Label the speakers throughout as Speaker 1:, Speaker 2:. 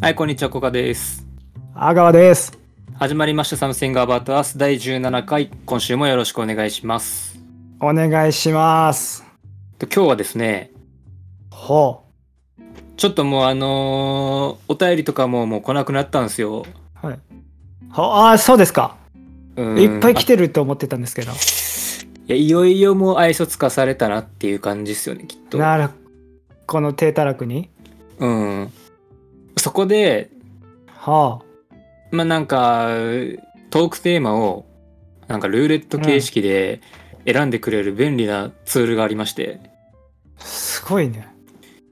Speaker 1: はい、こんにちは、コカです。
Speaker 2: 阿川です。
Speaker 1: 始まりました、サムシングアバートアース第17回、今週もよろしくお願いします。
Speaker 2: お願いします。
Speaker 1: と今日はですね、
Speaker 2: ほ
Speaker 1: ちょっともうあのーお便りとかももう来なくなったんですよ。
Speaker 2: う。はい。ほああ、そうですか。
Speaker 1: うん
Speaker 2: いっぱい来
Speaker 1: あ
Speaker 2: てると思ってたんですけど。
Speaker 1: いや、いよいよもう愛想つかされたなっていう感じですよね、きっと。
Speaker 2: なるこの低たらくに。
Speaker 1: うん。そこで、
Speaker 2: は
Speaker 1: まあなんか、トークテーマを、なんかルーレット形式で選んでくれる便利なツールがありまして、
Speaker 2: あ。すごいね。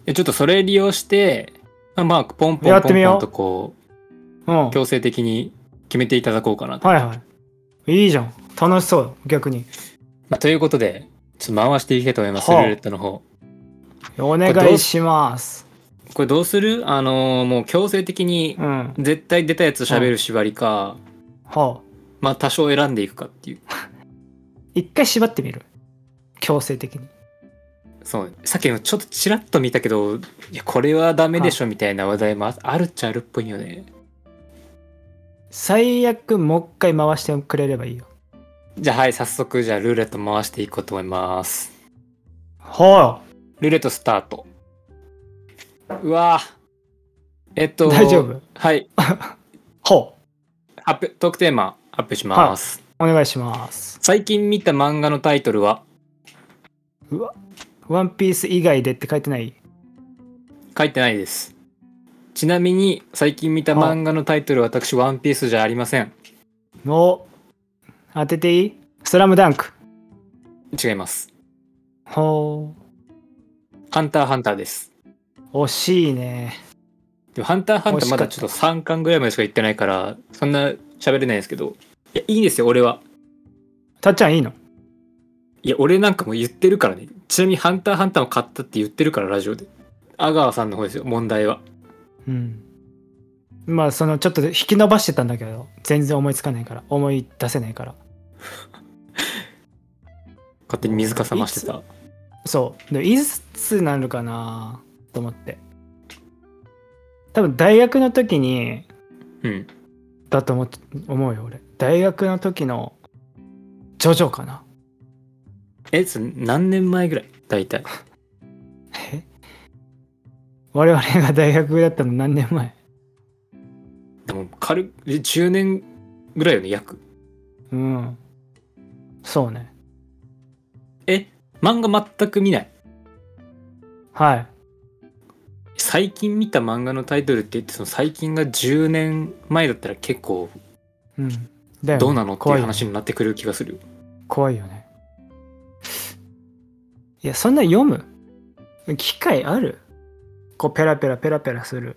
Speaker 1: でちょっとそれ利用して、まあ、まあポンポ
Speaker 2: や
Speaker 1: ン
Speaker 2: っ
Speaker 1: ポ
Speaker 2: てみ
Speaker 1: ンポ
Speaker 2: よ
Speaker 1: ン
Speaker 2: う
Speaker 1: とこ
Speaker 2: うん。
Speaker 1: う
Speaker 2: はい
Speaker 1: 強制的に決めていただこうかなと。
Speaker 2: はい。いいじゃん。楽しそう。逆に。
Speaker 1: まあ、ということでちょっと回していきたいと思います、
Speaker 2: はあ
Speaker 1: ルーレットの方。
Speaker 2: お
Speaker 1: これど
Speaker 2: 願
Speaker 1: う
Speaker 2: いします。
Speaker 1: これどうするあのーもう強制的に
Speaker 2: うん。
Speaker 1: 絶対出たやつ喋る縛りか、
Speaker 2: はあ。
Speaker 1: まあ多少選んでいくかっていう。
Speaker 2: 一回縛ってみる。強制的に。
Speaker 1: そうさっきのちょっとちらっと見たけどいやこれはダメでしょみたいな話題もああるっちゃあるっぽいよね
Speaker 2: 最悪、もう一回回してくれればいいよ。
Speaker 1: じゃあはい早速じゃあルーレット回していこうと思います
Speaker 2: はあ。
Speaker 1: ルーレットスタート。うわぁえっと、
Speaker 2: 大丈夫
Speaker 1: はい。
Speaker 2: ほう。
Speaker 1: 発表、トークテーマ発表します。
Speaker 2: お願いします。
Speaker 1: 最近見た漫画のタイトルは
Speaker 2: ワンピース以外でって書いてない
Speaker 1: 書いてないです。ちなみに、最近見た漫画のタイトルは私、ワンピースじゃありません。
Speaker 2: の当てていいスラムダンク。
Speaker 1: 違います。
Speaker 2: ほ
Speaker 1: ハンターハンターです。
Speaker 2: う。惜しいね。
Speaker 1: でも、ハンターハンタ
Speaker 2: 惜
Speaker 1: ー
Speaker 2: し
Speaker 1: ま
Speaker 2: かった
Speaker 1: だちょっと3巻ぐらいまでしか行ってないから、そんな喋れないですけど。いや、いいですよ、俺は。
Speaker 2: たっちゃんいいの
Speaker 1: いや、俺なんかもう言ってるからね。ちなみに、ハンターハンターを買ったって言ってるから、ラジオで。阿川さんの方ですよ、問題は。
Speaker 2: うん。まあ、その、ちょっと引き伸ばしてたんだけど、全然思いつかないから、思い出せないから。
Speaker 1: 勝手に水かさましてた
Speaker 2: そう。で、いつなるかなと思って。多分、大学の時に、
Speaker 1: うん
Speaker 2: だと思っ思うよ、俺。大学の時の、ジョジョかな。
Speaker 1: えそれ何年前ぐらい大体
Speaker 2: え我々が大学だったの何年前
Speaker 1: でも軽くえ10年ぐらいよね約
Speaker 2: うん。そうね。
Speaker 1: 漫画全く見ない
Speaker 2: はい。
Speaker 1: 最近見た漫画のタイトルって言ってその最近が10年前だったら結構
Speaker 2: うん。だよね
Speaker 1: どうなのってい
Speaker 2: 怖
Speaker 1: う
Speaker 2: いよね
Speaker 1: 話になってくる気がするよ
Speaker 2: 怖いよね。いや、そんな読む機会あるこう、ペラペラペラペラする。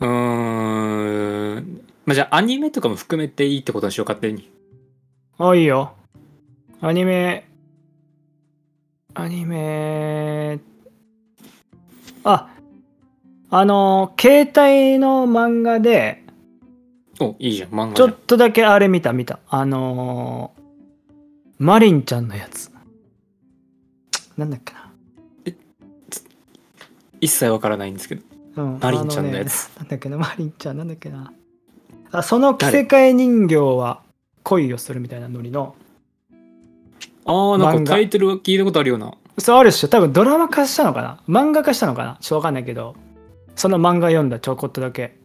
Speaker 1: うーんまあじゃあアニメとかも含めていいってことにしよう勝手に
Speaker 2: あ、いいよ。アニメ、アニメ、あ、あの、携帯の漫画で、
Speaker 1: おいいじゃん漫画
Speaker 2: ち
Speaker 1: じゃ
Speaker 2: ょ
Speaker 1: ん
Speaker 2: っとだけあれ見た見た。あのーマリンちゃんのやつ。なんだっけな。
Speaker 1: 一切わからないんですけど
Speaker 2: うん
Speaker 1: マリンちゃんのやつ
Speaker 2: あのねなんだっけなマリンちゃんなんだっけなあその着せ替え人形は恋をするみたいなノリの
Speaker 1: あーなん
Speaker 2: 漫
Speaker 1: か
Speaker 2: 画
Speaker 1: タイトルは聞いたことあるような
Speaker 2: そうあるっしょ多分ドラマ化したのかな漫画化したのかなちょっとわかんないけどその漫画読んだちょこっとだけ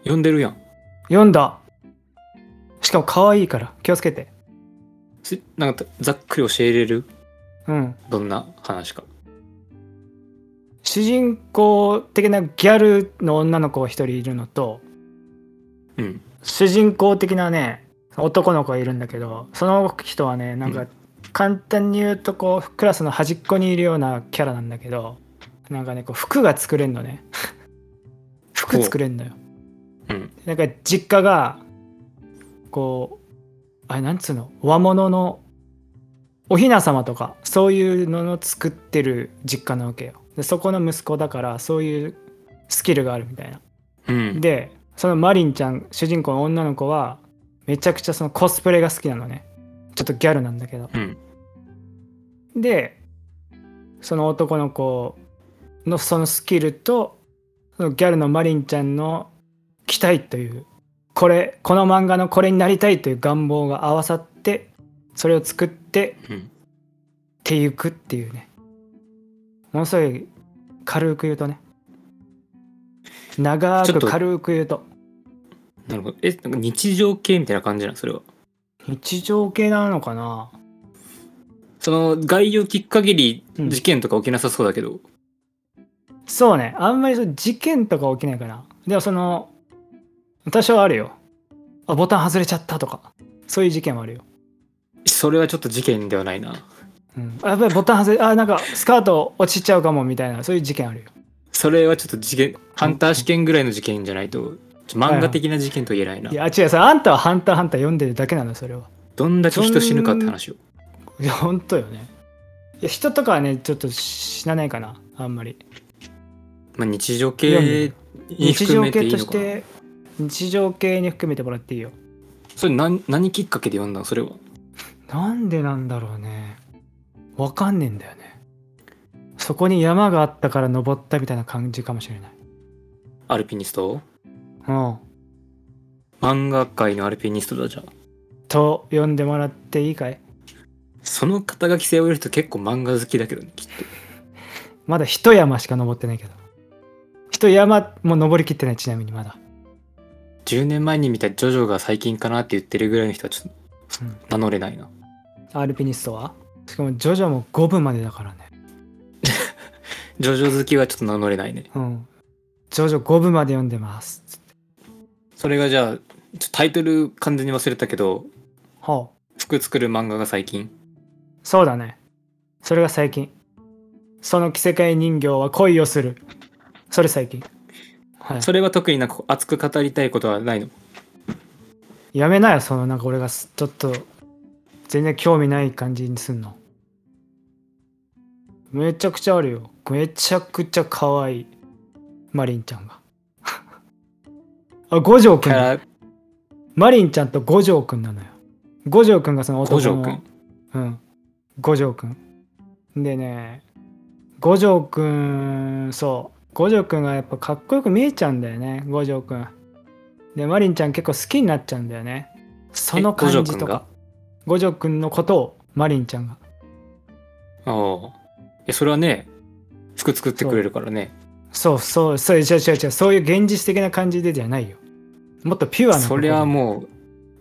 Speaker 1: 読んでるやん
Speaker 2: 読んだしかも可愛いから気をつけて
Speaker 1: すなんかざっくり教えれる
Speaker 2: うん
Speaker 1: どんな話か
Speaker 2: 主人公的なギャルの女の子が一人いるのと
Speaker 1: うん
Speaker 2: 主人公的なね男の子がいるんだけどその人はねなん
Speaker 1: う
Speaker 2: か簡単に言うとこうクラスの端っこにいるようなキャラなんだけどなんかねこう服が作れんのね
Speaker 1: ほ
Speaker 2: 服
Speaker 1: う
Speaker 2: 作れんのよ
Speaker 1: うん
Speaker 2: なんか実家がこうあれなんつうの和物のお雛様とかそういうのの作ってる実家なわけよでそこの息子だからそういうスキルがあるみたいな
Speaker 1: うん
Speaker 2: でそのマリンちゃん主人公の女の子はめちゃくちゃそのコスプレが好きなのねちょっとギャルなんだけど
Speaker 1: うん
Speaker 2: でその男の子のそのスキルとそのギャルのマリンちゃんの期待というこれこの漫画のこれになりたいという願望が合わさってそれを作って
Speaker 1: うん
Speaker 2: っていくっていうねものすごい軽く言うとね長
Speaker 1: ちょっ
Speaker 2: く
Speaker 1: と
Speaker 2: 軽く言うと
Speaker 1: なるほどえなんか日常系みたいな感じなんそれは
Speaker 2: 日常系なのかな
Speaker 1: その概要聞く限り
Speaker 2: うん
Speaker 1: 事件とか起きなさそうだけど、
Speaker 2: そうねあんまりそう事件とか起きないかなでもその多少あるよあボタン外れちゃったとかそういう事件もあるよ、
Speaker 1: それはちょっと事件ではないな
Speaker 2: うん、あやっぱりボタン外れあなんかスカート落ちちゃうかもみたいなそういう事件あるよ
Speaker 1: それはちょっと事件ハンター試験ぐらいの事件じゃないとちょ漫画的な事件と言えないない
Speaker 2: や違うそれあんたは「ハンターハンター」読んでるだけなのそれは
Speaker 1: どんだけ人死ぬかって話を
Speaker 2: いや本当よねいや人とかはねちょっと死なないかなあんまり
Speaker 1: まあ、日常
Speaker 2: いやいや
Speaker 1: 系に
Speaker 2: 日
Speaker 1: 含
Speaker 2: 常
Speaker 1: めて
Speaker 2: 系
Speaker 1: いい
Speaker 2: と
Speaker 1: の
Speaker 2: し
Speaker 1: かな
Speaker 2: て日常系に含めてもらっていいよ
Speaker 1: それ何何きっかけで読んだのそれは
Speaker 2: なんでなんだろうねわかんねえんだよねそこに山があったから登ったみたいな感じかもしれない
Speaker 1: アルピニスト
Speaker 2: うん
Speaker 1: 漫画界のアルピニストだじゃあ
Speaker 2: と呼んでもらっていいかい
Speaker 1: その肩書き背負える人結構漫画好きだけどねきっと
Speaker 2: まだ一山しか登ってないけど一山も登りきってないちなみにまだ、
Speaker 1: 10年前に見たジョジョが最近かなって言ってるぐらいの人はちょっ
Speaker 2: うん、
Speaker 1: と名乗れないな
Speaker 2: アルピニストはしかもジョジョも5分までだからね
Speaker 1: ジョジョ好きはちょっと名乗れないね
Speaker 2: うんジョジョ5分まで読んでます
Speaker 1: それがじゃあちょっとタイトル完全に忘れたけど
Speaker 2: ほう
Speaker 1: 服作る漫画が最近
Speaker 2: そうだねそれが最近その着せ替え人形は恋をするそれ最近はい
Speaker 1: それは特になんか熱く語りたいことはないの
Speaker 2: やめなよそのなんか俺がすちょっと全然興味ない感じにすんのめちゃくちゃあるよめちゃくちゃ可愛いマリンちゃんが あ五条く
Speaker 1: キ
Speaker 2: んだ
Speaker 1: ャラ
Speaker 2: マリンちゃんと五条くんなのよ五条くんがその
Speaker 1: 五
Speaker 2: 男の
Speaker 1: 条くん
Speaker 2: うん五条くんでね五条くんそう五条くんがやっぱかっこよく見えちゃうんだよね五条くんでマリンちゃん結構好きになっちゃうんだよねその感
Speaker 1: え五
Speaker 2: じ
Speaker 1: 条く
Speaker 2: と
Speaker 1: んが
Speaker 2: か五条くんのことをマリンちゃんが
Speaker 1: ああえそれはね服作ってくれるからね
Speaker 2: そうそうそう違う違う違うそういう現実的な感じでじゃないよもっとピュアな
Speaker 1: それはも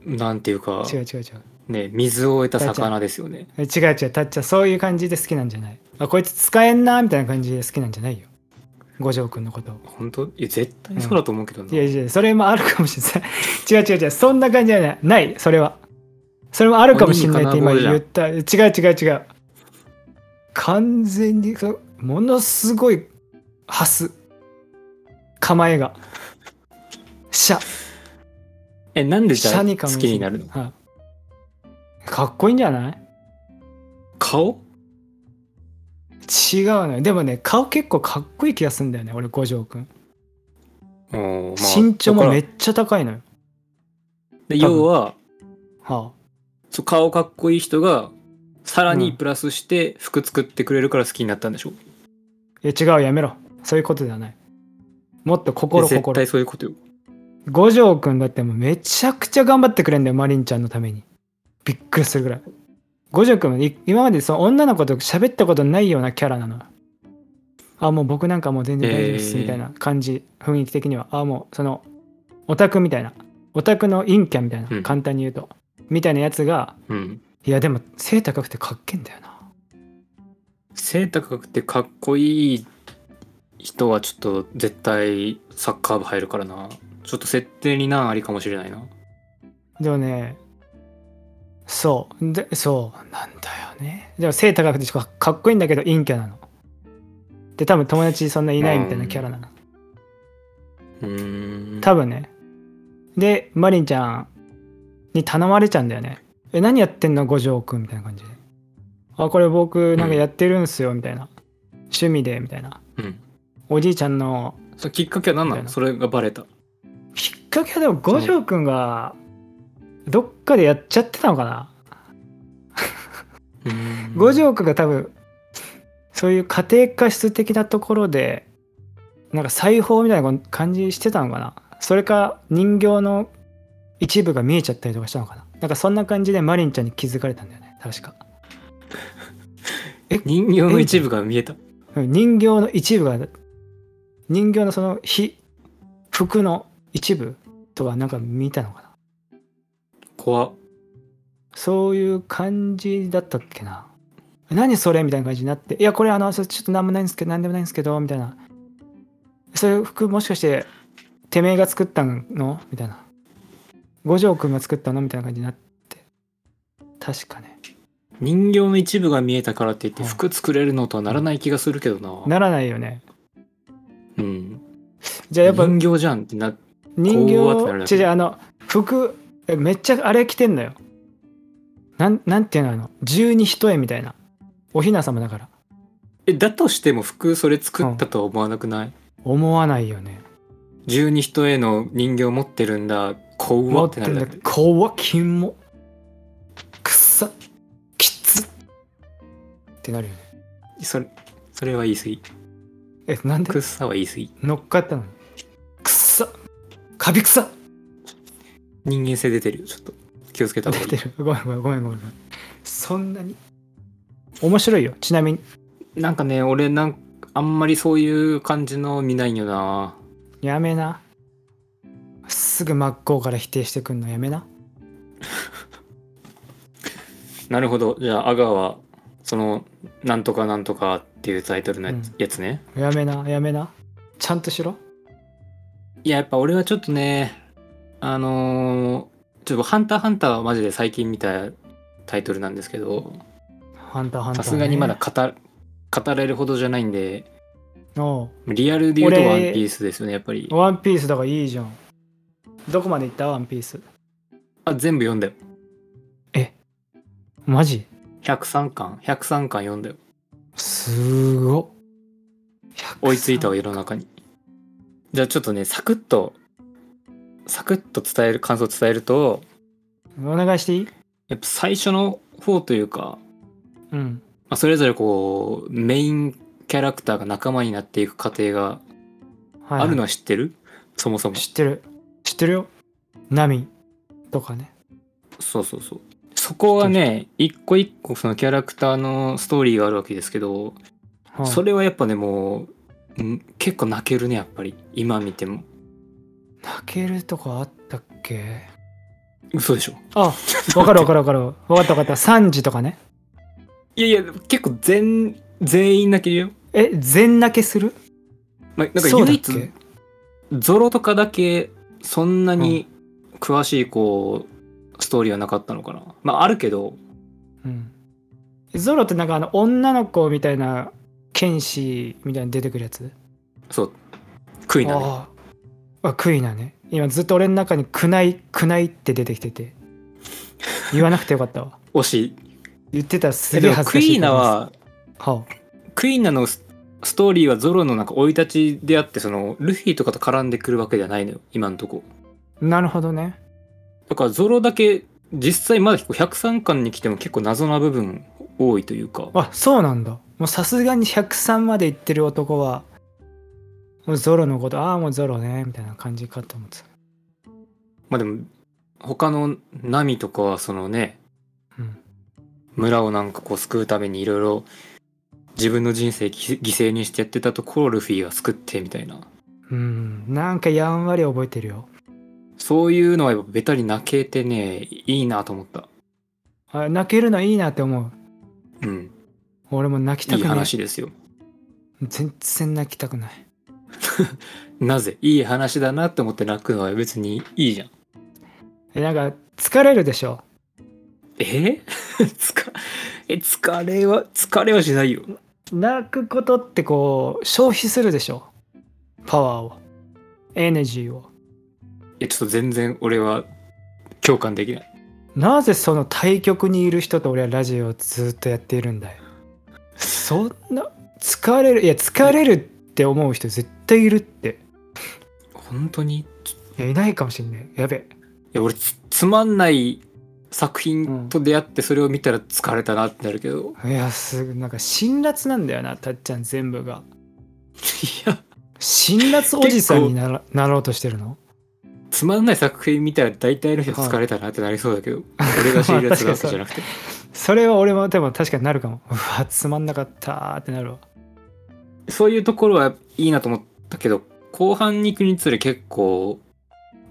Speaker 1: うなんていうか
Speaker 2: う違う違う違う
Speaker 1: ね水を得た魚ですよね
Speaker 2: え違う違うたっちゃんそういう感じで好きなんじゃないあこいつ使えんなみたいな感じで好きなんじゃないよ五条くんのことを
Speaker 1: 本当いや絶対そうだと思うけどな、
Speaker 2: いやいやそれもあるかもしれない違う違う違うそんな感じじゃないないそれはそれもあるかもしれないって今
Speaker 1: 鬼に
Speaker 2: 言
Speaker 1: 金
Speaker 2: った違う違う違う完全にそうものすごいハス構えがシャ
Speaker 1: えなんでじ
Speaker 2: シ
Speaker 1: ゃ
Speaker 2: ャ
Speaker 1: あ
Speaker 2: に
Speaker 1: 好
Speaker 2: 構え
Speaker 1: きになるの
Speaker 2: はいかっこいいんじゃない
Speaker 1: 顔
Speaker 2: 違うのよでもね顔結構かっこいい気がするんだよね俺五条くん
Speaker 1: うんまあ
Speaker 2: 身長もめ
Speaker 1: だか
Speaker 2: っちゃ高いのよ。
Speaker 1: らで要は
Speaker 2: は
Speaker 1: そう顔かっこいい人がさら
Speaker 2: う
Speaker 1: に
Speaker 2: ん
Speaker 1: プラスして服作ってくれるから好きになったんでしょ、う
Speaker 2: あ、いや違うやめろそういうことではない。もっと心
Speaker 1: 絶
Speaker 2: 心
Speaker 1: 対。そういうことよ
Speaker 2: 五条くんだってもうめちゃくちゃ頑張ってくれんだよマリンちゃんのために。びっくりするぐらい。五条くんい今までその女の子と喋ったことないようなキャラなの。あもう僕なんかもう全然大丈夫です
Speaker 1: えー
Speaker 2: みたいな感じ、雰囲気的にはあもうそのオタクみたいなオタクの陰キャみたいな、
Speaker 1: うん
Speaker 2: 簡単に言うとみたいなやつが
Speaker 1: うん
Speaker 2: いやでも背高くてかっけえんだよな。
Speaker 1: 背高くてかっこいい人はちょっと絶対サッカー部入るからなちょっと設定に難ありかもしれないな
Speaker 2: でもね、そう、で、そうなんだよね。でも背高くてかかっこいいんだけど陰キャなの。で、多分友達そんないないみたいなキャラなの。
Speaker 1: うーん
Speaker 2: 多分ね。で、マリンちゃんに頼まれちゃうんだよね。え、何やってんの五条くんみたいな感じで。あ、これ僕なんかやってるんすよ、みたいな。趣味で、みたいな。
Speaker 1: うん
Speaker 2: おじいちゃんの
Speaker 1: そのきっかけは何な
Speaker 2: みた
Speaker 1: の
Speaker 2: いな
Speaker 1: それがバレた
Speaker 2: きっかけはでも五条くんがどっかでやっちゃってたのかな。五条君が多分そういう家庭科室的なところでなんか裁縫みたいな感じしてたのかなそれか人形の一部が見えちゃったりとかしたのかななんかそんな感じでマリンちゃんに気づかれたんだよね確か
Speaker 1: 人形の一部が見えた。
Speaker 2: うん人形の一部が人形のそのひ服の一部とかなんか見たのかな
Speaker 1: 怖っ
Speaker 2: そういう感じだったっけな何それみたいな感じになっていやこれあのそれちょっと何もないんですけど何でもないんですけどみたいなそういう服もしかしててめえが作ったのみたいな五条くんが作ったのみたいな感じになって確かね
Speaker 1: 人形の一部が見えたからって言って
Speaker 2: うん
Speaker 1: 服作れるのとはならない気がするけどな。
Speaker 2: ならないよね
Speaker 1: うん。
Speaker 2: じゃあやっぱ
Speaker 1: 人形じゃんってな。
Speaker 2: 人形
Speaker 1: こうってなるだけ
Speaker 2: 違う違うあの服えめっちゃあれ着てんのよなんなんていうのあの十二一重みたいなお雛様だから
Speaker 1: え、だとしても服それ作ったとは思わなくない
Speaker 2: 思わないよね
Speaker 1: 十二人への人形持ってるんだ。怖
Speaker 2: 持っ
Speaker 1: って
Speaker 2: て
Speaker 1: なんる
Speaker 2: だ
Speaker 1: だけ。
Speaker 2: 怖っキモくっさきつっってなるよね
Speaker 1: それ、それは言い過ぎ。
Speaker 2: えなんで
Speaker 1: くっさは言い過ぎ。
Speaker 2: 乗っかったのにくっさカビくさ
Speaker 1: 人間性出てるよ、ちょっと。気をつけた方がい
Speaker 2: 出
Speaker 1: い。
Speaker 2: てるごめんごめんごめんごめんそんなに面白いよちなみに
Speaker 1: なんかね、俺なんか、あんまりそういう感じの見ないよな。
Speaker 2: やめなすぐ真っ向から否定してくんのやめな
Speaker 1: なるほど。じゃあ、アガは、その、なんとかなんとかっていうタイトルのやつ,、
Speaker 2: うん
Speaker 1: やつね。
Speaker 2: やめなやめなちゃんとしろ
Speaker 1: いや、やっぱ俺はちょっとね、あのーちょっとハンターハンターはマジで最近見たタイトルなんですけど、
Speaker 2: ハンターハンタ
Speaker 1: さ
Speaker 2: ーね、
Speaker 1: すがにまだ語語れるほどじゃないんで、
Speaker 2: お
Speaker 1: リアルで言うと
Speaker 2: 俺
Speaker 1: ワンピースですよね、やっぱり
Speaker 2: う。ワンピースだからいいじゃんどこまで行ったワンピース
Speaker 1: あ、全部読んだよ。
Speaker 2: マジ
Speaker 1: 103巻、103巻読んだよ。
Speaker 2: すごっ
Speaker 1: 追いついたわ、
Speaker 2: 103
Speaker 1: 世の中に。じゃあちょっとね、サクッと、サクッと伝える、感想を伝えると、
Speaker 2: お願いしていい
Speaker 1: やっぱ最初の方というか、
Speaker 2: うん
Speaker 1: まあ、それぞれこうメインキャラクターが仲間になっていく過程が
Speaker 2: はいはい
Speaker 1: あるのは知ってる、そもそも
Speaker 2: 知ってる知ってるよナミとかね
Speaker 1: そうそうそうそこはね一個一個そのキャラクターのストーリーがあるわけですけど、
Speaker 2: はい
Speaker 1: それはやっぱねもう、うん結構泣けるねやっぱり今見ても
Speaker 2: 泣けるとこあったっけ
Speaker 1: 嘘でしょ
Speaker 2: あわかるわかるわかるわかったわかった3時とかね
Speaker 1: いやいや結構全全員泣けるよ、
Speaker 2: え全泣けする
Speaker 1: まあ、なんか
Speaker 2: そうだ
Speaker 1: 唯
Speaker 2: っ
Speaker 1: 一
Speaker 2: け
Speaker 1: ゾロとかだけそんなに詳しいこうストーリーはなかったのかなまああるけど
Speaker 2: うんゾロってなんかあの女の子みたいな剣士みたいに出てくるやつ
Speaker 1: そう悔いなね
Speaker 2: あああクイナね今ずっと俺の中に「くないくない」って出てきてて言わなくてよかったわ
Speaker 1: 惜しい
Speaker 2: 言ってたらす
Speaker 1: えで
Speaker 2: げえ
Speaker 1: も
Speaker 2: 恥ず
Speaker 1: ク
Speaker 2: かし
Speaker 1: イ
Speaker 2: い
Speaker 1: ー
Speaker 2: と
Speaker 1: ナ
Speaker 2: 思います
Speaker 1: は
Speaker 2: は
Speaker 1: クイーナのスストーリーはゾロのなんか生い立ちであってそのルフィとかと絡んでくるわけじゃないのよ今のとこ
Speaker 2: あなるほどね
Speaker 1: だからゾロだけ実際まだ103巻に来ても結構謎な部分多いというか
Speaker 2: あそうなんだもうさすがに103まで行ってる男はもうゾロのことああもうゾロねみたいな感じかと思ってた
Speaker 1: まあでも他のナミとかはそのね
Speaker 2: うん
Speaker 1: 村をなんかこう救うためにいろいろ自分の人生犠犠牲にしてやってたところルフィが救ってみたいな
Speaker 2: うんなんかやんわり覚えてるよ
Speaker 1: そういうのはやっぱベタに泣けてねいいなと思った
Speaker 2: あ泣けるのいいなって思う
Speaker 1: うん
Speaker 2: 俺も泣き
Speaker 1: い
Speaker 2: た
Speaker 1: い
Speaker 2: くない
Speaker 1: 話ですよ
Speaker 2: 全然泣きたくない
Speaker 1: なぜいい話だなって思って泣くのは別にいいじゃん。
Speaker 2: えなんか疲れるでしょ
Speaker 1: え つか、え、疲れは、疲れはしないよ。
Speaker 2: 泣くことってこう消費するでしょパワーをエネジーを
Speaker 1: え、ちょっと全然俺は共感できない。
Speaker 2: なぜその対局にいる人と俺はラジオをずっとやっているんだよそんな疲れるいや疲れるって思う人絶対いるって
Speaker 1: 本当にちょ
Speaker 2: いやいないかもしんないやべ
Speaker 1: いや、俺つ、つまんない作
Speaker 2: うん
Speaker 1: 品と出会ってそれを見たら疲れたなってなるけど。い
Speaker 2: いやすぐなんか辛辣なんだよなたっちゃん全部が
Speaker 1: や、
Speaker 2: 辛辣おじさんにならなろうとしてるの
Speaker 1: つまんない作品見たら大体の人疲れたなってなりそうだ けど、俺が知るやつだけじゃなくて
Speaker 2: それは俺もでも確かになるかもうわつまんなかったーってなるわ
Speaker 1: そういうところはいいなと思ったけど後半に行くにつれ結構、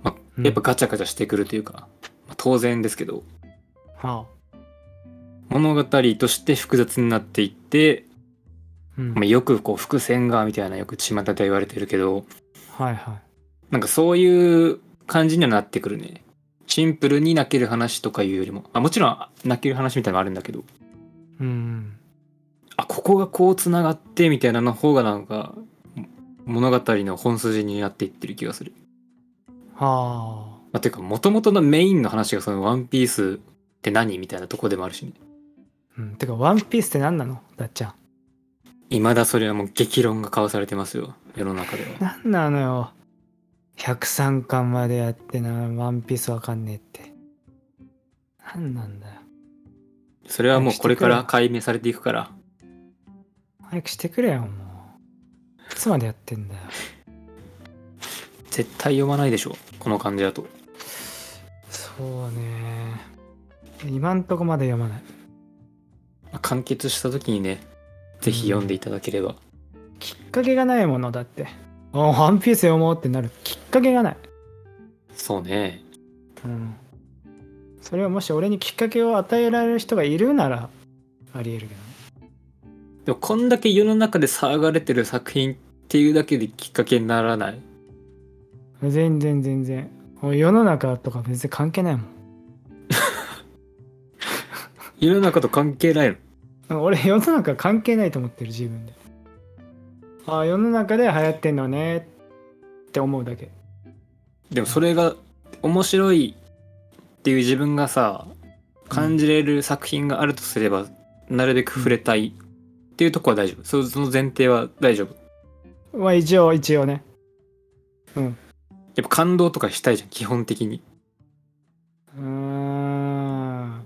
Speaker 1: ま
Speaker 2: う
Speaker 1: あ、
Speaker 2: ん
Speaker 1: やっぱガチャガチャしてくるというか、まあ当然ですけど
Speaker 2: はあ
Speaker 1: 物語として複雑になっていって、
Speaker 2: うん
Speaker 1: まあ、よくこう伏線がみたいなよく巷では言われてるけど
Speaker 2: はいは
Speaker 1: なんかそういう感じにはなってくるねシンプルに泣ける話とかいうよりもあもちろん泣ける話みたいなのもあるんだけど
Speaker 2: いうん
Speaker 1: あここがこうつながってみたいなの方がなんかも物語の本筋になっていってる気がする。
Speaker 2: は
Speaker 1: まあ、ていうか元々のメインの話がその「ワンピースって何みたいなとこでもあるしね。
Speaker 2: あ、うん、てか「ワンピースって何なのだっちゃん
Speaker 1: いまだそれはもう激論が交わされてますよ世の中では。
Speaker 2: 何なのよ103巻までやってな「ワンピースわかんねえって何なんだよ
Speaker 1: それはもうこれから解明されていくから
Speaker 2: 早くしてくれよもういつまでやってんだよ
Speaker 1: 絶対読まないでしょこの感じだと。
Speaker 2: そうね今んとこまで読まない
Speaker 1: まあ完結した時にね是非読んでいただければ。
Speaker 2: きっかけがないものだって「あワンピース読もう」ってなるきっかけがない、
Speaker 1: そうね
Speaker 2: うん、それはもし俺にきっかけを与えられる人がいるならありえるけどね
Speaker 1: でもこんだけ世の中で騒がれてる作品っていうだけできっかけにならない。
Speaker 2: 全然全然もう世の中とか別に関係ないも
Speaker 1: 世の中と関係ないの
Speaker 2: ん俺世の中関係ないと思ってる自分でああ世の中で流行ってんのねって思うだけ
Speaker 1: でもそれが面白いっていう自分がさ感じれる作品があるとすれば、なるべく触れたいっていうとこは大丈夫そその前提は大丈夫
Speaker 2: まあ一応一応ね
Speaker 1: やっぱ感動とかしたいじゃん基本的に
Speaker 2: うーん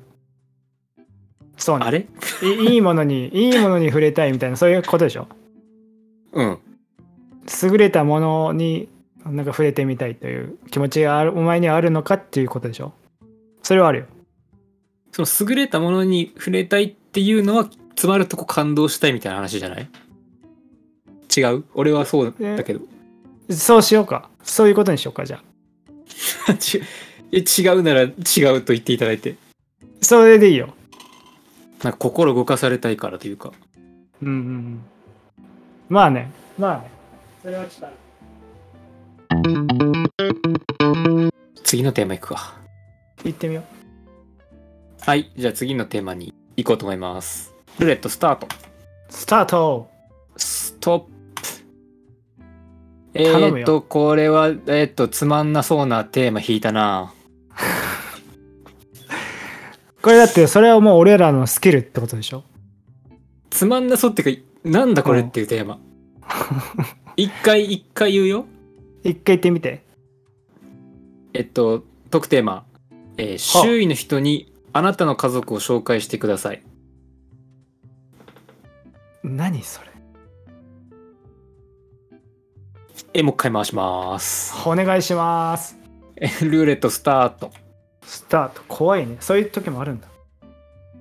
Speaker 2: そうね
Speaker 1: あれ
Speaker 2: いいいものにいいものに触れたいみたいなそういうことでしょ
Speaker 1: うん
Speaker 2: 優れたものになんか触れてみたいという気持ちがあるお前にはあるのかっていうことでしょそれはあるよ
Speaker 1: その優れたものに触れたいっていうのは詰まるとこ感動したいみたいな話じゃない違う俺はそうだけど、
Speaker 2: そうしようかそういうことにしようかじゃあ
Speaker 1: ちえ 違うなら違うと言っていただいて
Speaker 2: それでいいよ
Speaker 1: なんか心動かされたいからというか
Speaker 2: うんうんうんまあねまあねそれはちょっと
Speaker 1: 次のテーマいくか
Speaker 2: 行ってみよう
Speaker 1: はい、じゃあ次のテーマに行こうと思います。ルーレットスタート。
Speaker 2: スタート
Speaker 1: ストップ。え
Speaker 2: 頼むよ
Speaker 1: ー、っと、これは、えーっと、つまんなそうなテーマ引いたな。
Speaker 2: これだってそれはもう俺らのスキルってことでしょ
Speaker 1: つまんなそうっていうか、なんだこれっていうテ ーマ。一回一回言うよ。
Speaker 2: 一回行ってみて
Speaker 1: えっと、特テーマ。えー
Speaker 2: はあ
Speaker 1: 周囲の人にあなたの家族を紹介してください。
Speaker 2: 何それ
Speaker 1: えー、もう一回回します。
Speaker 2: お願いします
Speaker 1: えールーレットスタート。
Speaker 2: スタート怖いねそういう時もあるんだ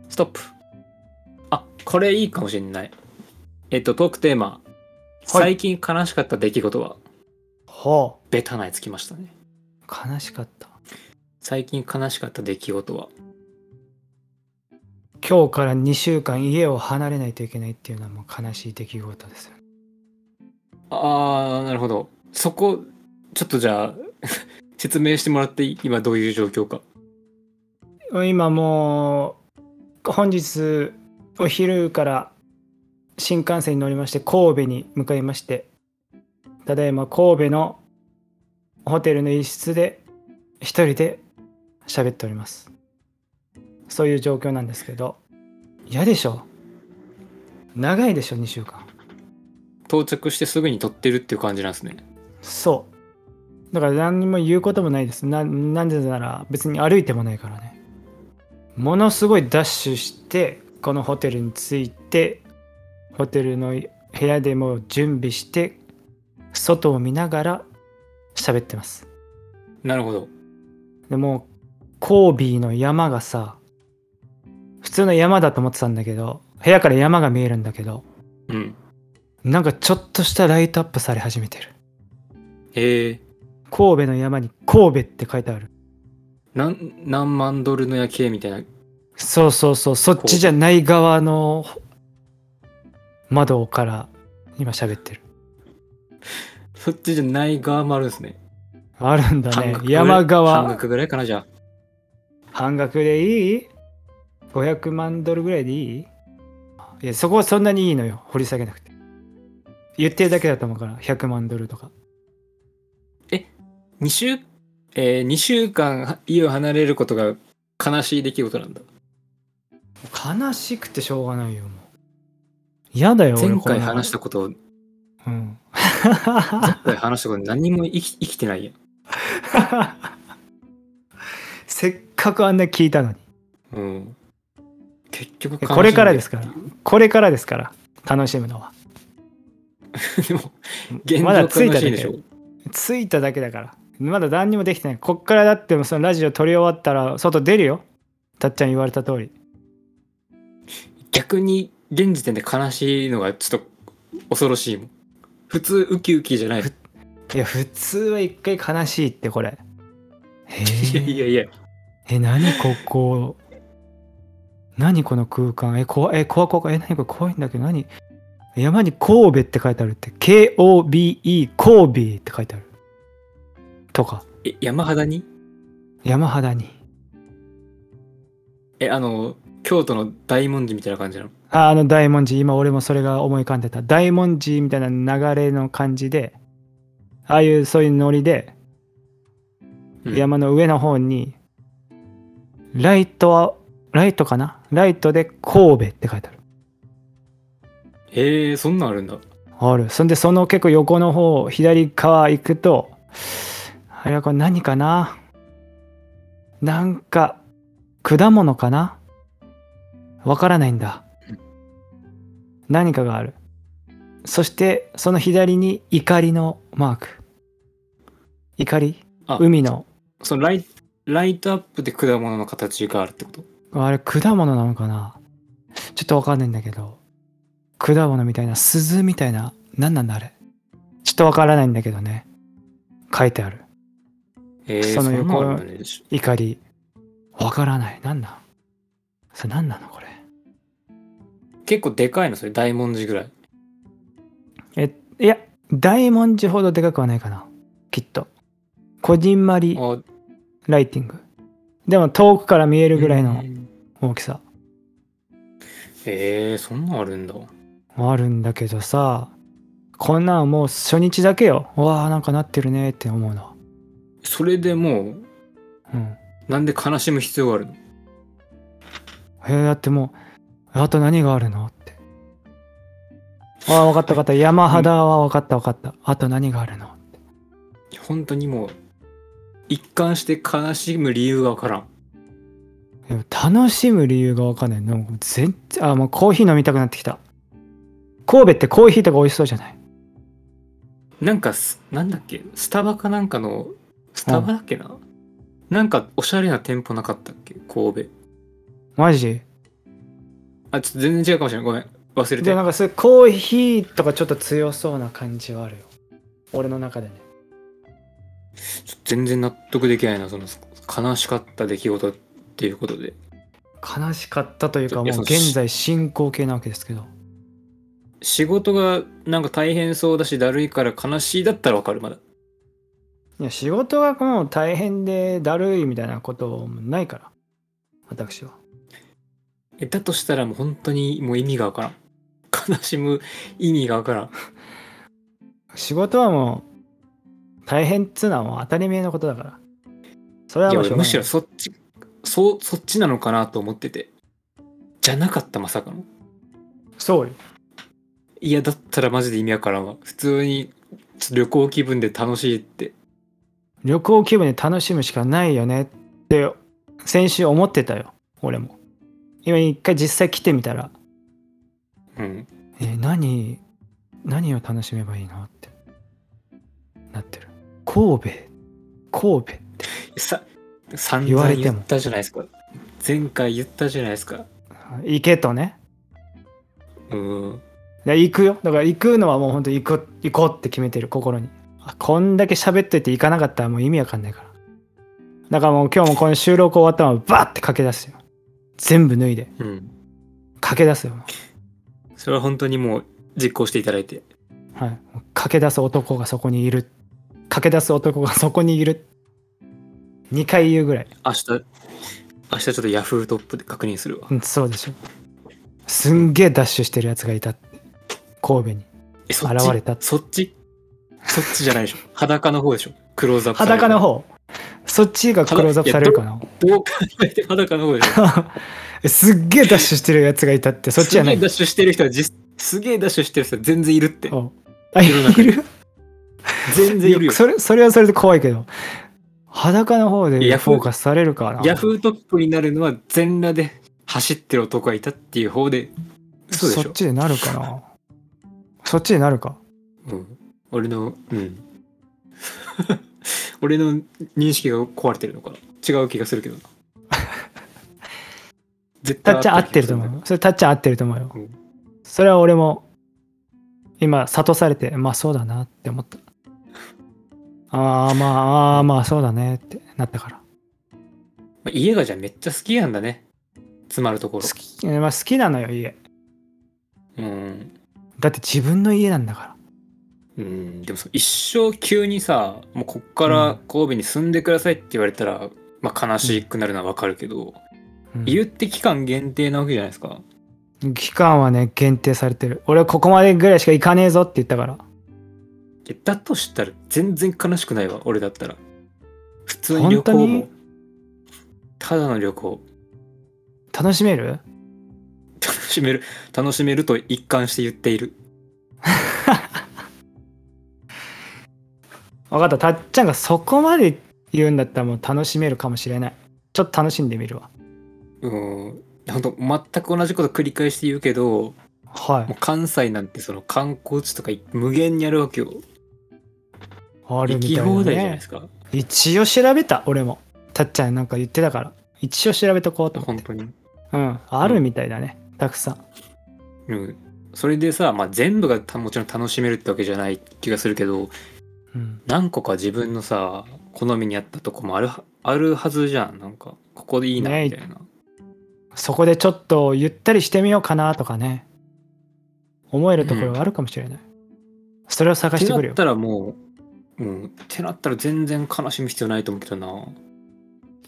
Speaker 1: ストップ。あ、これいいかもしれない。えっと、トークテーマ。最近悲しかった出来事は、
Speaker 2: ほ
Speaker 1: ベタなやつきましたね。
Speaker 2: う悲しかった
Speaker 1: 最近悲しかった出来事は、
Speaker 2: 今日から2週間家を離れないといけないっていうのはもう悲しい出来事ですよ
Speaker 1: あー、なるほど。そこ、ちょっとじゃあ、 説明してもらっていい今どういう状況か。
Speaker 2: ね今もう本日お昼から新幹線に乗りまして神戸に向かいましてただいま神戸のホテルの一室で一人で喋っておりますそういう状況なんですけど嫌でしょ長いでしょ2週間
Speaker 1: 到着してすぐに撮ってるっていう感じなんですね。
Speaker 2: そうだから何にも言うこともないですななんでなら別に歩いてもないからねものすごいダッシュしてこのホテルに着いてホテルの部屋でもう準備して外を見ながら喋ってます
Speaker 1: なるほど
Speaker 2: でもうコービーの山がさ普通の山だと思ってたんだけど部屋から山が見えるんだけど
Speaker 1: うん
Speaker 2: なんかちょっとしたライトアップされ始めてる
Speaker 1: へえ
Speaker 2: 神戸の山に神戸って書いてある
Speaker 1: なん何万ドルの夜景みたいな
Speaker 2: そうそうそうそっちじゃない側の窓から今喋ってる
Speaker 1: そっちじゃない側もあるんですね
Speaker 2: あるんだ
Speaker 1: 半
Speaker 2: ね
Speaker 1: 額ぐらい
Speaker 2: 山側
Speaker 1: 半額ぐらいかなじゃあ
Speaker 2: 半額でいい ?500 万ドルぐらいでいいいやそこはそんなにいいのよ掘り下げなくて言ってるだけだと思うから100万ドルとか
Speaker 1: 2週えー、2週間は家を離れることが悲しい出来事なんだ
Speaker 2: 悲しくてしょうがないよもう嫌だよ俺
Speaker 1: 前
Speaker 2: これ
Speaker 1: 回話したこと前
Speaker 2: うん
Speaker 1: 回話したこと何も生き生きてないやん
Speaker 2: せっかくあんな聞いたのに
Speaker 1: うん結局
Speaker 2: これからですすからこれからですから楽しむのは
Speaker 1: でも現状
Speaker 2: まだつい
Speaker 1: 悲
Speaker 2: ただ
Speaker 1: しい
Speaker 2: け
Speaker 1: でしょ
Speaker 2: 着いただけだからまだ何にもできてないこっからだってそのラジオ撮り終わったら外出るよたっちゃん言われた通り
Speaker 1: 逆に現時点で悲しいのがちょっと恐ろしいもん普通ウキウキじゃないい
Speaker 2: いや普通は一回悲しいってこれえー
Speaker 1: やいやいや
Speaker 2: え何ここ何この空間え怖え怖い怖い怖いえ何これ怖いんだけど何山に神戸って書いてあるって KOBE 神戸って書いてあるとか
Speaker 1: え山肌に
Speaker 2: 山肌に
Speaker 1: えあの京都の大文字みたいな感じなの
Speaker 2: ああの大文字今俺もそれが思い浮かんでた大文字みたいな流れの感じでああいうそういうノリで、
Speaker 1: うん
Speaker 2: 山の上の方にライトはライトかなライトで神戸って書いてある
Speaker 1: へえそんなんあるんだ
Speaker 2: あるそんでその結構横の方左側行くとあれはこれ何かななんか果物かなわからないんだ何かがあるそしてその左に怒りのマーク怒り
Speaker 1: あ
Speaker 2: 海の
Speaker 1: そのライライトアップで果物の形があるってこと
Speaker 2: あれ果物なのかなちょっとわかんないんだけど果物みたいな鈴みたいな何なんだあれちょっとわからないんだけどね書いてある
Speaker 1: えー、
Speaker 2: そ
Speaker 1: そ
Speaker 2: の
Speaker 1: の
Speaker 2: 横
Speaker 1: 横んなんあるんだね
Speaker 2: 怒りわからない何なんそれ何なのこれ
Speaker 1: 結構でかいのそれ大文字ぐらい
Speaker 2: えいや大文字ほどでかくはないかなきっとこじんまり
Speaker 1: あ
Speaker 2: ライティングでも遠くから見えるぐらいうの
Speaker 1: ん
Speaker 2: 大きさ
Speaker 1: えー、そんなんあるんだ
Speaker 2: あるんだけどさこんなんもう初日だけようわーなんかなってるねって思うのは
Speaker 1: それでもう
Speaker 2: うん
Speaker 1: なんで悲しむ必要があるの
Speaker 2: えーだってもうあと何があるのってああ分かった分かった山肌は分かった分かったあと何があるの
Speaker 1: 本当にもう一貫して悲しむ理由がわからん
Speaker 2: でも楽しむ理由が分かんないなんか全然あもうコーヒー飲みたくなってきた神戸ってコーヒーとか美味しそうじゃない
Speaker 1: なんかすなんだっけスタバかなんかのスタバだっけな、なんかおしゃれな店舗なかったっけ神戸
Speaker 2: マジ
Speaker 1: あちょっと全然違うかもしれないごめん忘れて
Speaker 2: でなんかそういうコーヒーとかちょっと強そうな感じはあるよ俺の中でね
Speaker 1: ちょっと全然納得できないなその悲しかった出来事っていうことで
Speaker 2: 悲しかったというか
Speaker 1: い
Speaker 2: もう
Speaker 1: やそう
Speaker 2: 現在進行形なわけですけど
Speaker 1: 仕事がなんか大変そうだしだるいから悲しいだったらわかるまだ
Speaker 2: いや仕事がもう大変でだるいみたいなことないから私は
Speaker 1: えだとしたらもう本当にもう意味がわからん悲しむ意味がわからん
Speaker 2: 仕事はもう大変っつうのはもう当たり前のことだからそれはいも
Speaker 1: や
Speaker 2: うし
Speaker 1: 俺
Speaker 2: ょうがない
Speaker 1: むしろそっちそそっちなのかなと思っててじゃなかったまさかの
Speaker 2: そうよ
Speaker 1: いやだったらマジで意味わからんわ普通にちょっと旅行気分で楽しいって
Speaker 2: 旅行気分で楽しむしかないよねって先週思ってたよ俺も今一回実際来てみたら
Speaker 1: うん
Speaker 2: え何何を楽しめばいいのってなってる神戸神戸
Speaker 1: さ散
Speaker 2: 言わ
Speaker 1: 々
Speaker 2: れても
Speaker 1: 言ったじゃないですか前回言ったじゃないですか
Speaker 2: 行けとね
Speaker 1: うん
Speaker 2: で行くよだから行くのはもう本当行く行こうって決めてる心にあこんだけ喋っといて行かなかったらもう意味わかんないからだからもう今日もこの収録終わったのをバーって駆け出すよ全部脱いで
Speaker 1: うん
Speaker 2: 駆け出すよ、
Speaker 1: それは本当にもう実行していただいて
Speaker 2: はい、駆け出す男がそこにいる駆け出す男がそこにいる2回言うぐらい
Speaker 1: 明日明日ちょっとヤフートップで確認するわ
Speaker 2: うんそうでしょすんげえダッシュしてるやつがいたって神戸に
Speaker 1: えそっち
Speaker 2: 現れた
Speaker 1: そっちそっちじゃ ないでしょ裸の方でしょクローズアップされる
Speaker 2: 裸の方そっちがクローズアップされるかな
Speaker 1: どう考えても裸の方でしょ
Speaker 2: すっげえダッシュしてるやつがいた ってそっちじゃな
Speaker 1: すげえ
Speaker 2: い
Speaker 1: ダッシュしてる人は実すげえダッシュしてる人は全然いるって
Speaker 2: おあい
Speaker 1: 世の中に
Speaker 2: る
Speaker 1: 全然いるよ
Speaker 2: それそれはそれで怖いけど裸の方
Speaker 1: いや
Speaker 2: で
Speaker 1: ヤフ
Speaker 2: フ
Speaker 1: ー
Speaker 2: ォーカスされるかな
Speaker 1: ヤフートップになるのは全裸で走ってる男がいたっていう方でそうでし
Speaker 2: そ
Speaker 1: ょ
Speaker 2: っちでなるかなそっちでなるか
Speaker 1: うん、俺のうん 俺の認識が壊れてるのかな違う気がするけ どな絶
Speaker 2: たっちゃん合ってると
Speaker 1: あ
Speaker 2: 思
Speaker 1: っ
Speaker 2: うそれたっちゃん合ってると思うよ、
Speaker 1: うん
Speaker 2: それは俺も今諭されてまあそうだなって思ったああまあああまあそうだねってなったから
Speaker 1: た気がするんだけどまあ家がじゃあめっちゃ好きなんだね詰まるとこ
Speaker 2: 好
Speaker 1: ろ
Speaker 2: き,、まあ、好きなのよ家
Speaker 1: うん、
Speaker 2: だって自分の家なんだから
Speaker 1: うん、でもその一生急にさもうこっから神戸に住んでくださいって言われたら、まあ、悲しくなるのはわかるけど、
Speaker 2: うん
Speaker 1: 家って期間限定なわけじゃないですか
Speaker 2: 期間はね限定されてる俺はここまでぐらいしか行かねえぞって言ったから
Speaker 1: えだとしたら全然悲しくないわ俺だったら普通に旅行
Speaker 2: 本当
Speaker 1: も
Speaker 2: に
Speaker 1: ただの旅行
Speaker 2: 楽しめる
Speaker 1: 楽しめる楽しめると一貫して言っている
Speaker 2: 分かったたっちゃんがそこまで言うんだったらもう楽しめるかもしれないちょっと楽しんでみるわ
Speaker 1: うーん本当全く同じこと繰り返して言うけど
Speaker 2: は
Speaker 1: もう
Speaker 2: い
Speaker 1: 関西なんてその観光地とか無限にあるわけよ
Speaker 2: あ
Speaker 1: 行
Speaker 2: るみたい
Speaker 1: き
Speaker 2: だ
Speaker 1: 放題じゃない
Speaker 2: ね
Speaker 1: ですか
Speaker 2: 一応調べた俺もたっちゃんなんか言ってたから一応調べとこうと思っ
Speaker 1: 本
Speaker 2: て
Speaker 1: 当に、
Speaker 2: うんあるみたいだねたくさん
Speaker 1: うん、それでさ、まあ、全部がたもちろん楽しめるってわけじゃない気がするけど
Speaker 2: うん
Speaker 1: 何個か自分のさ好みに合ったとこもあるはあるはずじゃんなんかここでいいな
Speaker 2: ね
Speaker 1: みたいな、
Speaker 2: そこでちょっとゆったりしてみようかなとかね思えるところがあるかもしれない、それを探
Speaker 1: っ
Speaker 2: してて
Speaker 1: な
Speaker 2: くる
Speaker 1: っ
Speaker 2: よ
Speaker 1: たらもう、うん、ってなったら全然悲しむ必要ないと思うけどな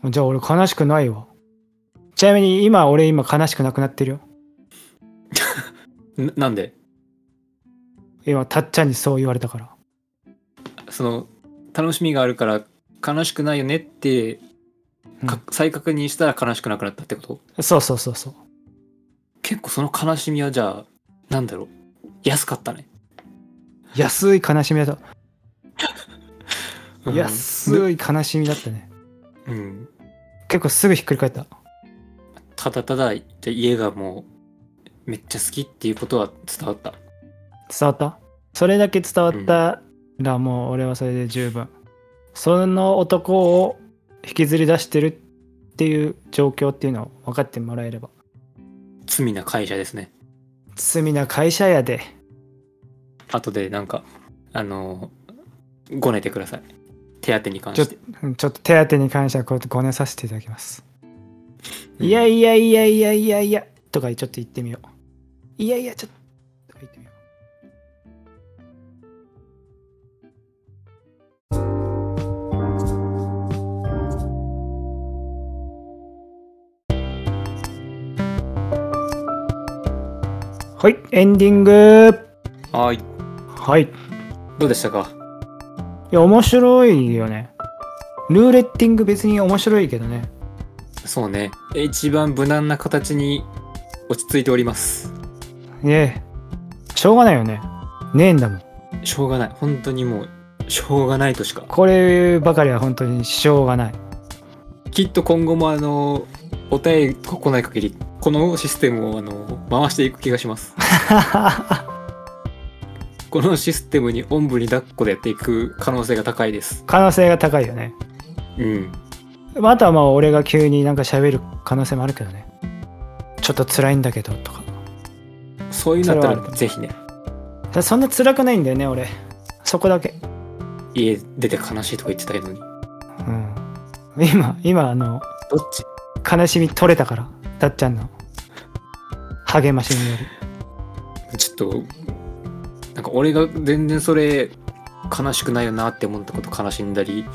Speaker 2: じゃあ俺悲しくないわちなみに今俺今悲しくなくなってるよ
Speaker 1: ななんで
Speaker 2: 今たっちゃんにそう言われたから
Speaker 1: その楽しみがあるから悲しくないよねってか再確認したら悲しくなくなったってこと
Speaker 2: そうそうそうそう
Speaker 1: 結構その悲しみはじゃあなんだろう安かったね、
Speaker 2: 安い悲しみだった
Speaker 1: うん
Speaker 2: 安い悲しみだったね
Speaker 1: うん、
Speaker 2: 結構すぐひっくり返った
Speaker 1: ただただじゃあ家がもうめっちゃ好きっていうことは伝わった
Speaker 2: 伝わったそれだけ伝わったらもう俺はそれで十分その男を引きずり出してるっていう状況っていうのを分かってもらえれば
Speaker 1: 罪な会社ですね
Speaker 2: 罪な会社やで
Speaker 1: 後でなんかあのごねてください手当に関して
Speaker 2: うんちょっと手当てに関してはこうやってごねさせていただきます
Speaker 1: うん
Speaker 2: いやいやいやいやいやいやとかちょっと言ってみよういやいやちょっととか言ってみようはいエンディング
Speaker 1: はい
Speaker 2: はいい
Speaker 1: どうでしたか
Speaker 2: や面白いよねルーレッティング別に面白いけどね
Speaker 1: そうね一番無難な形に落ち着いております
Speaker 2: いえしょうがないよねねえんだもん
Speaker 1: しょうがない本当にもうしょうがないとしか
Speaker 2: こればかりは本当にしょうがない
Speaker 1: きっと今後もあのお便りが来ない限り このシステムをあの回していく気がしますこのシステムにおんぶに抱っこでやっていく可能性が高いです
Speaker 2: 可能性が高いよね
Speaker 1: うん
Speaker 2: まあ、あとはまあ俺が急になんか喋る可能性もあるけどねちょっと辛いんだけどとか
Speaker 1: そういうのだ
Speaker 2: それ
Speaker 1: っ
Speaker 2: は
Speaker 1: た
Speaker 2: あ
Speaker 1: らぜひね
Speaker 2: ただそんな辛くないんだよね俺そこだけ
Speaker 1: 家出て悲しいとか言ってたけどにど
Speaker 2: うん今今あの
Speaker 1: っち
Speaker 2: 悲しみ取れたからたっちゃんの励ましにより
Speaker 1: ちょっとなんか俺が全然それ悲しくないよなって思ったこと悲しんだり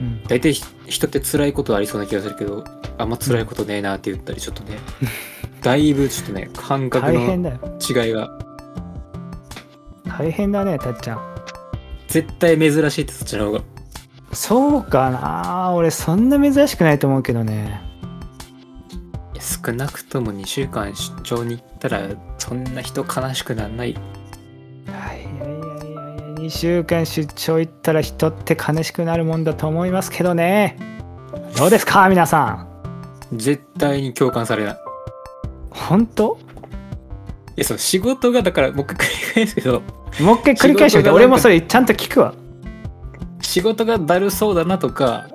Speaker 2: うん
Speaker 1: 大体ひ人って辛いことありそうな気がするけどあんま辛いことねえなって言ったりちょっと ねだいぶちょっとね感覚
Speaker 2: 大変
Speaker 1: の
Speaker 2: だよ
Speaker 1: 違いが
Speaker 2: 大変だねたっちゃん
Speaker 1: 絶対珍しいってそっちの方が
Speaker 2: そうかな俺そんな珍しくないと思うけどね
Speaker 1: いや少なくとも2週間出張に行ったらそんな人悲しくなんない
Speaker 2: はいいやいやいやいや2週間出張行ったら人って悲しくなるもんだと思いますけどねどうですか皆さん
Speaker 1: 絶対に共感されないい
Speaker 2: 本当
Speaker 1: やその仕事がだから僕繰り返すけど
Speaker 2: もう一回繰り返してみて
Speaker 1: 仕事がなんか
Speaker 2: 俺もそれちゃんと聞くわ
Speaker 1: 仕事がだるそうだなとか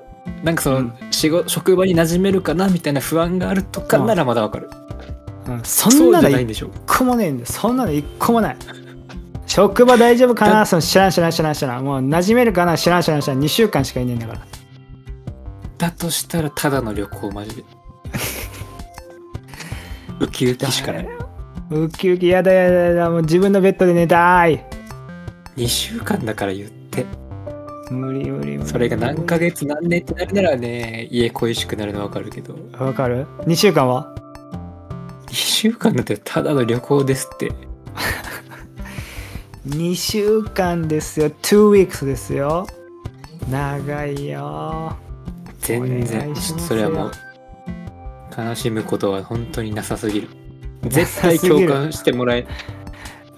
Speaker 1: なんかその、
Speaker 2: うん
Speaker 1: 仕事職場に馴染めるかなみたいな不安があるとかならまだわかる、
Speaker 2: うんそ
Speaker 1: そ
Speaker 2: ん
Speaker 1: う
Speaker 2: な
Speaker 1: じ
Speaker 2: の
Speaker 1: ゃないん
Speaker 2: 一
Speaker 1: でしょ
Speaker 2: 個もねえんだよそんなの一個もない職場大丈夫かなその知らん知らん知らん知らんもう馴染めるかな知らん知らん知らん2週間しかいねえんだから
Speaker 1: だとしたらただの旅行マ ジでウキウキしかない
Speaker 2: ウキウキやだやだやだもう自分のベッドで寝たい
Speaker 1: 2週間だから言って
Speaker 2: 無理無理無理
Speaker 1: それが何ヶ月何年ってなるならね家恋しくなるのわかるけど
Speaker 2: わかる2週間は
Speaker 1: 2週間だってただの旅行ですって
Speaker 2: 2週間ですよ2 weeks ですよ長いよ
Speaker 1: 全
Speaker 2: お願
Speaker 1: 然
Speaker 2: い
Speaker 1: ち
Speaker 2: し
Speaker 1: ょ
Speaker 2: ま
Speaker 1: っ
Speaker 2: す
Speaker 1: と
Speaker 2: よ
Speaker 1: それはもう悲しむことは本当になさすぎる絶対共感してもらえ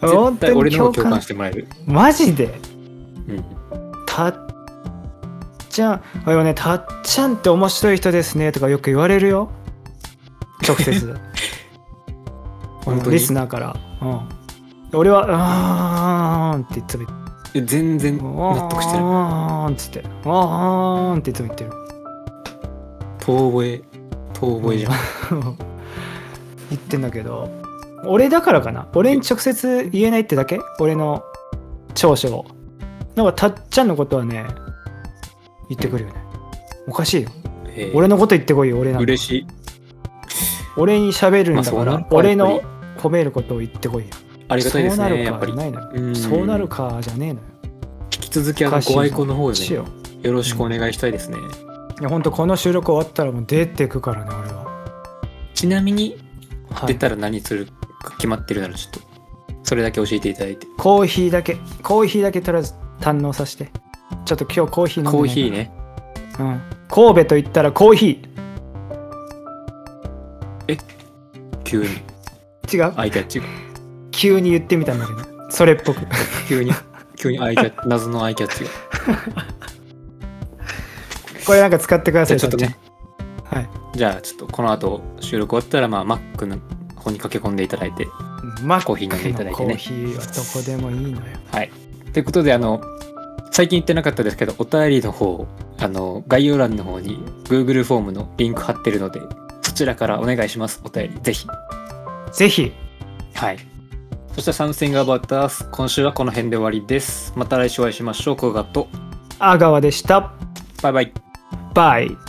Speaker 2: 本
Speaker 1: 絶対
Speaker 2: 当
Speaker 1: 俺
Speaker 2: に
Speaker 1: の
Speaker 2: 共
Speaker 1: 方共
Speaker 2: 感
Speaker 1: 感してもらえる、
Speaker 2: マジで
Speaker 1: うん、
Speaker 2: たっちゃんあれはねたっちゃんって面白い人ですねとかよく言われるよ直接
Speaker 1: 本当に
Speaker 2: リスナーから、うん、俺は「あーん」っていつも言って
Speaker 1: 全然
Speaker 2: る
Speaker 1: 納得してない
Speaker 2: あーん」っつって「あーん」っていつも言ってる
Speaker 1: 遠吠え遠吠えじゃん
Speaker 2: 言ってんだけど俺だからかな俺に直接言えないってだけ俺の長所をなんかたっちゃんのことはね言ってくるよねおかしいよ
Speaker 1: えー
Speaker 2: 俺のこと言ってこいよ俺なんか
Speaker 1: 嬉しい
Speaker 2: 俺に喋るんだか
Speaker 1: まあそうなる
Speaker 2: ら
Speaker 1: か
Speaker 2: 俺の
Speaker 1: やっ
Speaker 2: 褒めることを言ってこいよ
Speaker 1: ありがたいです
Speaker 2: そうな
Speaker 1: ね
Speaker 2: る
Speaker 1: やっぱ
Speaker 2: かじ
Speaker 1: り
Speaker 2: ゃ
Speaker 1: 引
Speaker 2: ないの
Speaker 1: う
Speaker 2: よ
Speaker 1: ん
Speaker 2: そうなるかじゃねえのよ
Speaker 1: き続きあの
Speaker 2: おかしい
Speaker 1: ご愛顧の方をね
Speaker 2: しよ
Speaker 1: よ
Speaker 2: う
Speaker 1: ろしくお願いしたいですね、
Speaker 2: いやほんとこの収録終わったらもう出てくからね俺は、
Speaker 1: ちなみに
Speaker 2: は
Speaker 1: 出
Speaker 2: い、
Speaker 1: たら何するか決まってるならちょっとそれだけ教えていただいて
Speaker 2: コーヒーだけコーヒーだけとりあえず堪能させてちょっと今日コーヒー飲んでないから
Speaker 1: コーヒーね
Speaker 2: うん、神戸と言ったらコーヒ
Speaker 1: 急に
Speaker 2: ー違う
Speaker 1: アイキャッチ
Speaker 2: 急に言ってみたんだけどそれっ ぽく
Speaker 1: 急 に急にアイキャッチ謎のアイキャッチが
Speaker 2: これなんか使ってくだ
Speaker 1: じゃあちょ
Speaker 2: さい
Speaker 1: っとね
Speaker 2: はい
Speaker 1: じゃあちょっとこの後収録終わったらまあマックの方に駆け込んでいただいて
Speaker 2: マ
Speaker 1: コーヒー飲んでいただいてね
Speaker 2: コーヒーはどこでもいいのよ
Speaker 1: はいということであの最近言ってなかったですけどお便りの方あの概要欄の方に Google フォームのリンク貼ってるのでそちらからお願いしますお便りぜひ
Speaker 2: ぜひ
Speaker 1: はいそして「Something About Us」今週はこの辺で終わりですまた来週お会いしましょうこがと
Speaker 2: 阿川でした
Speaker 1: バイバイ
Speaker 2: バイ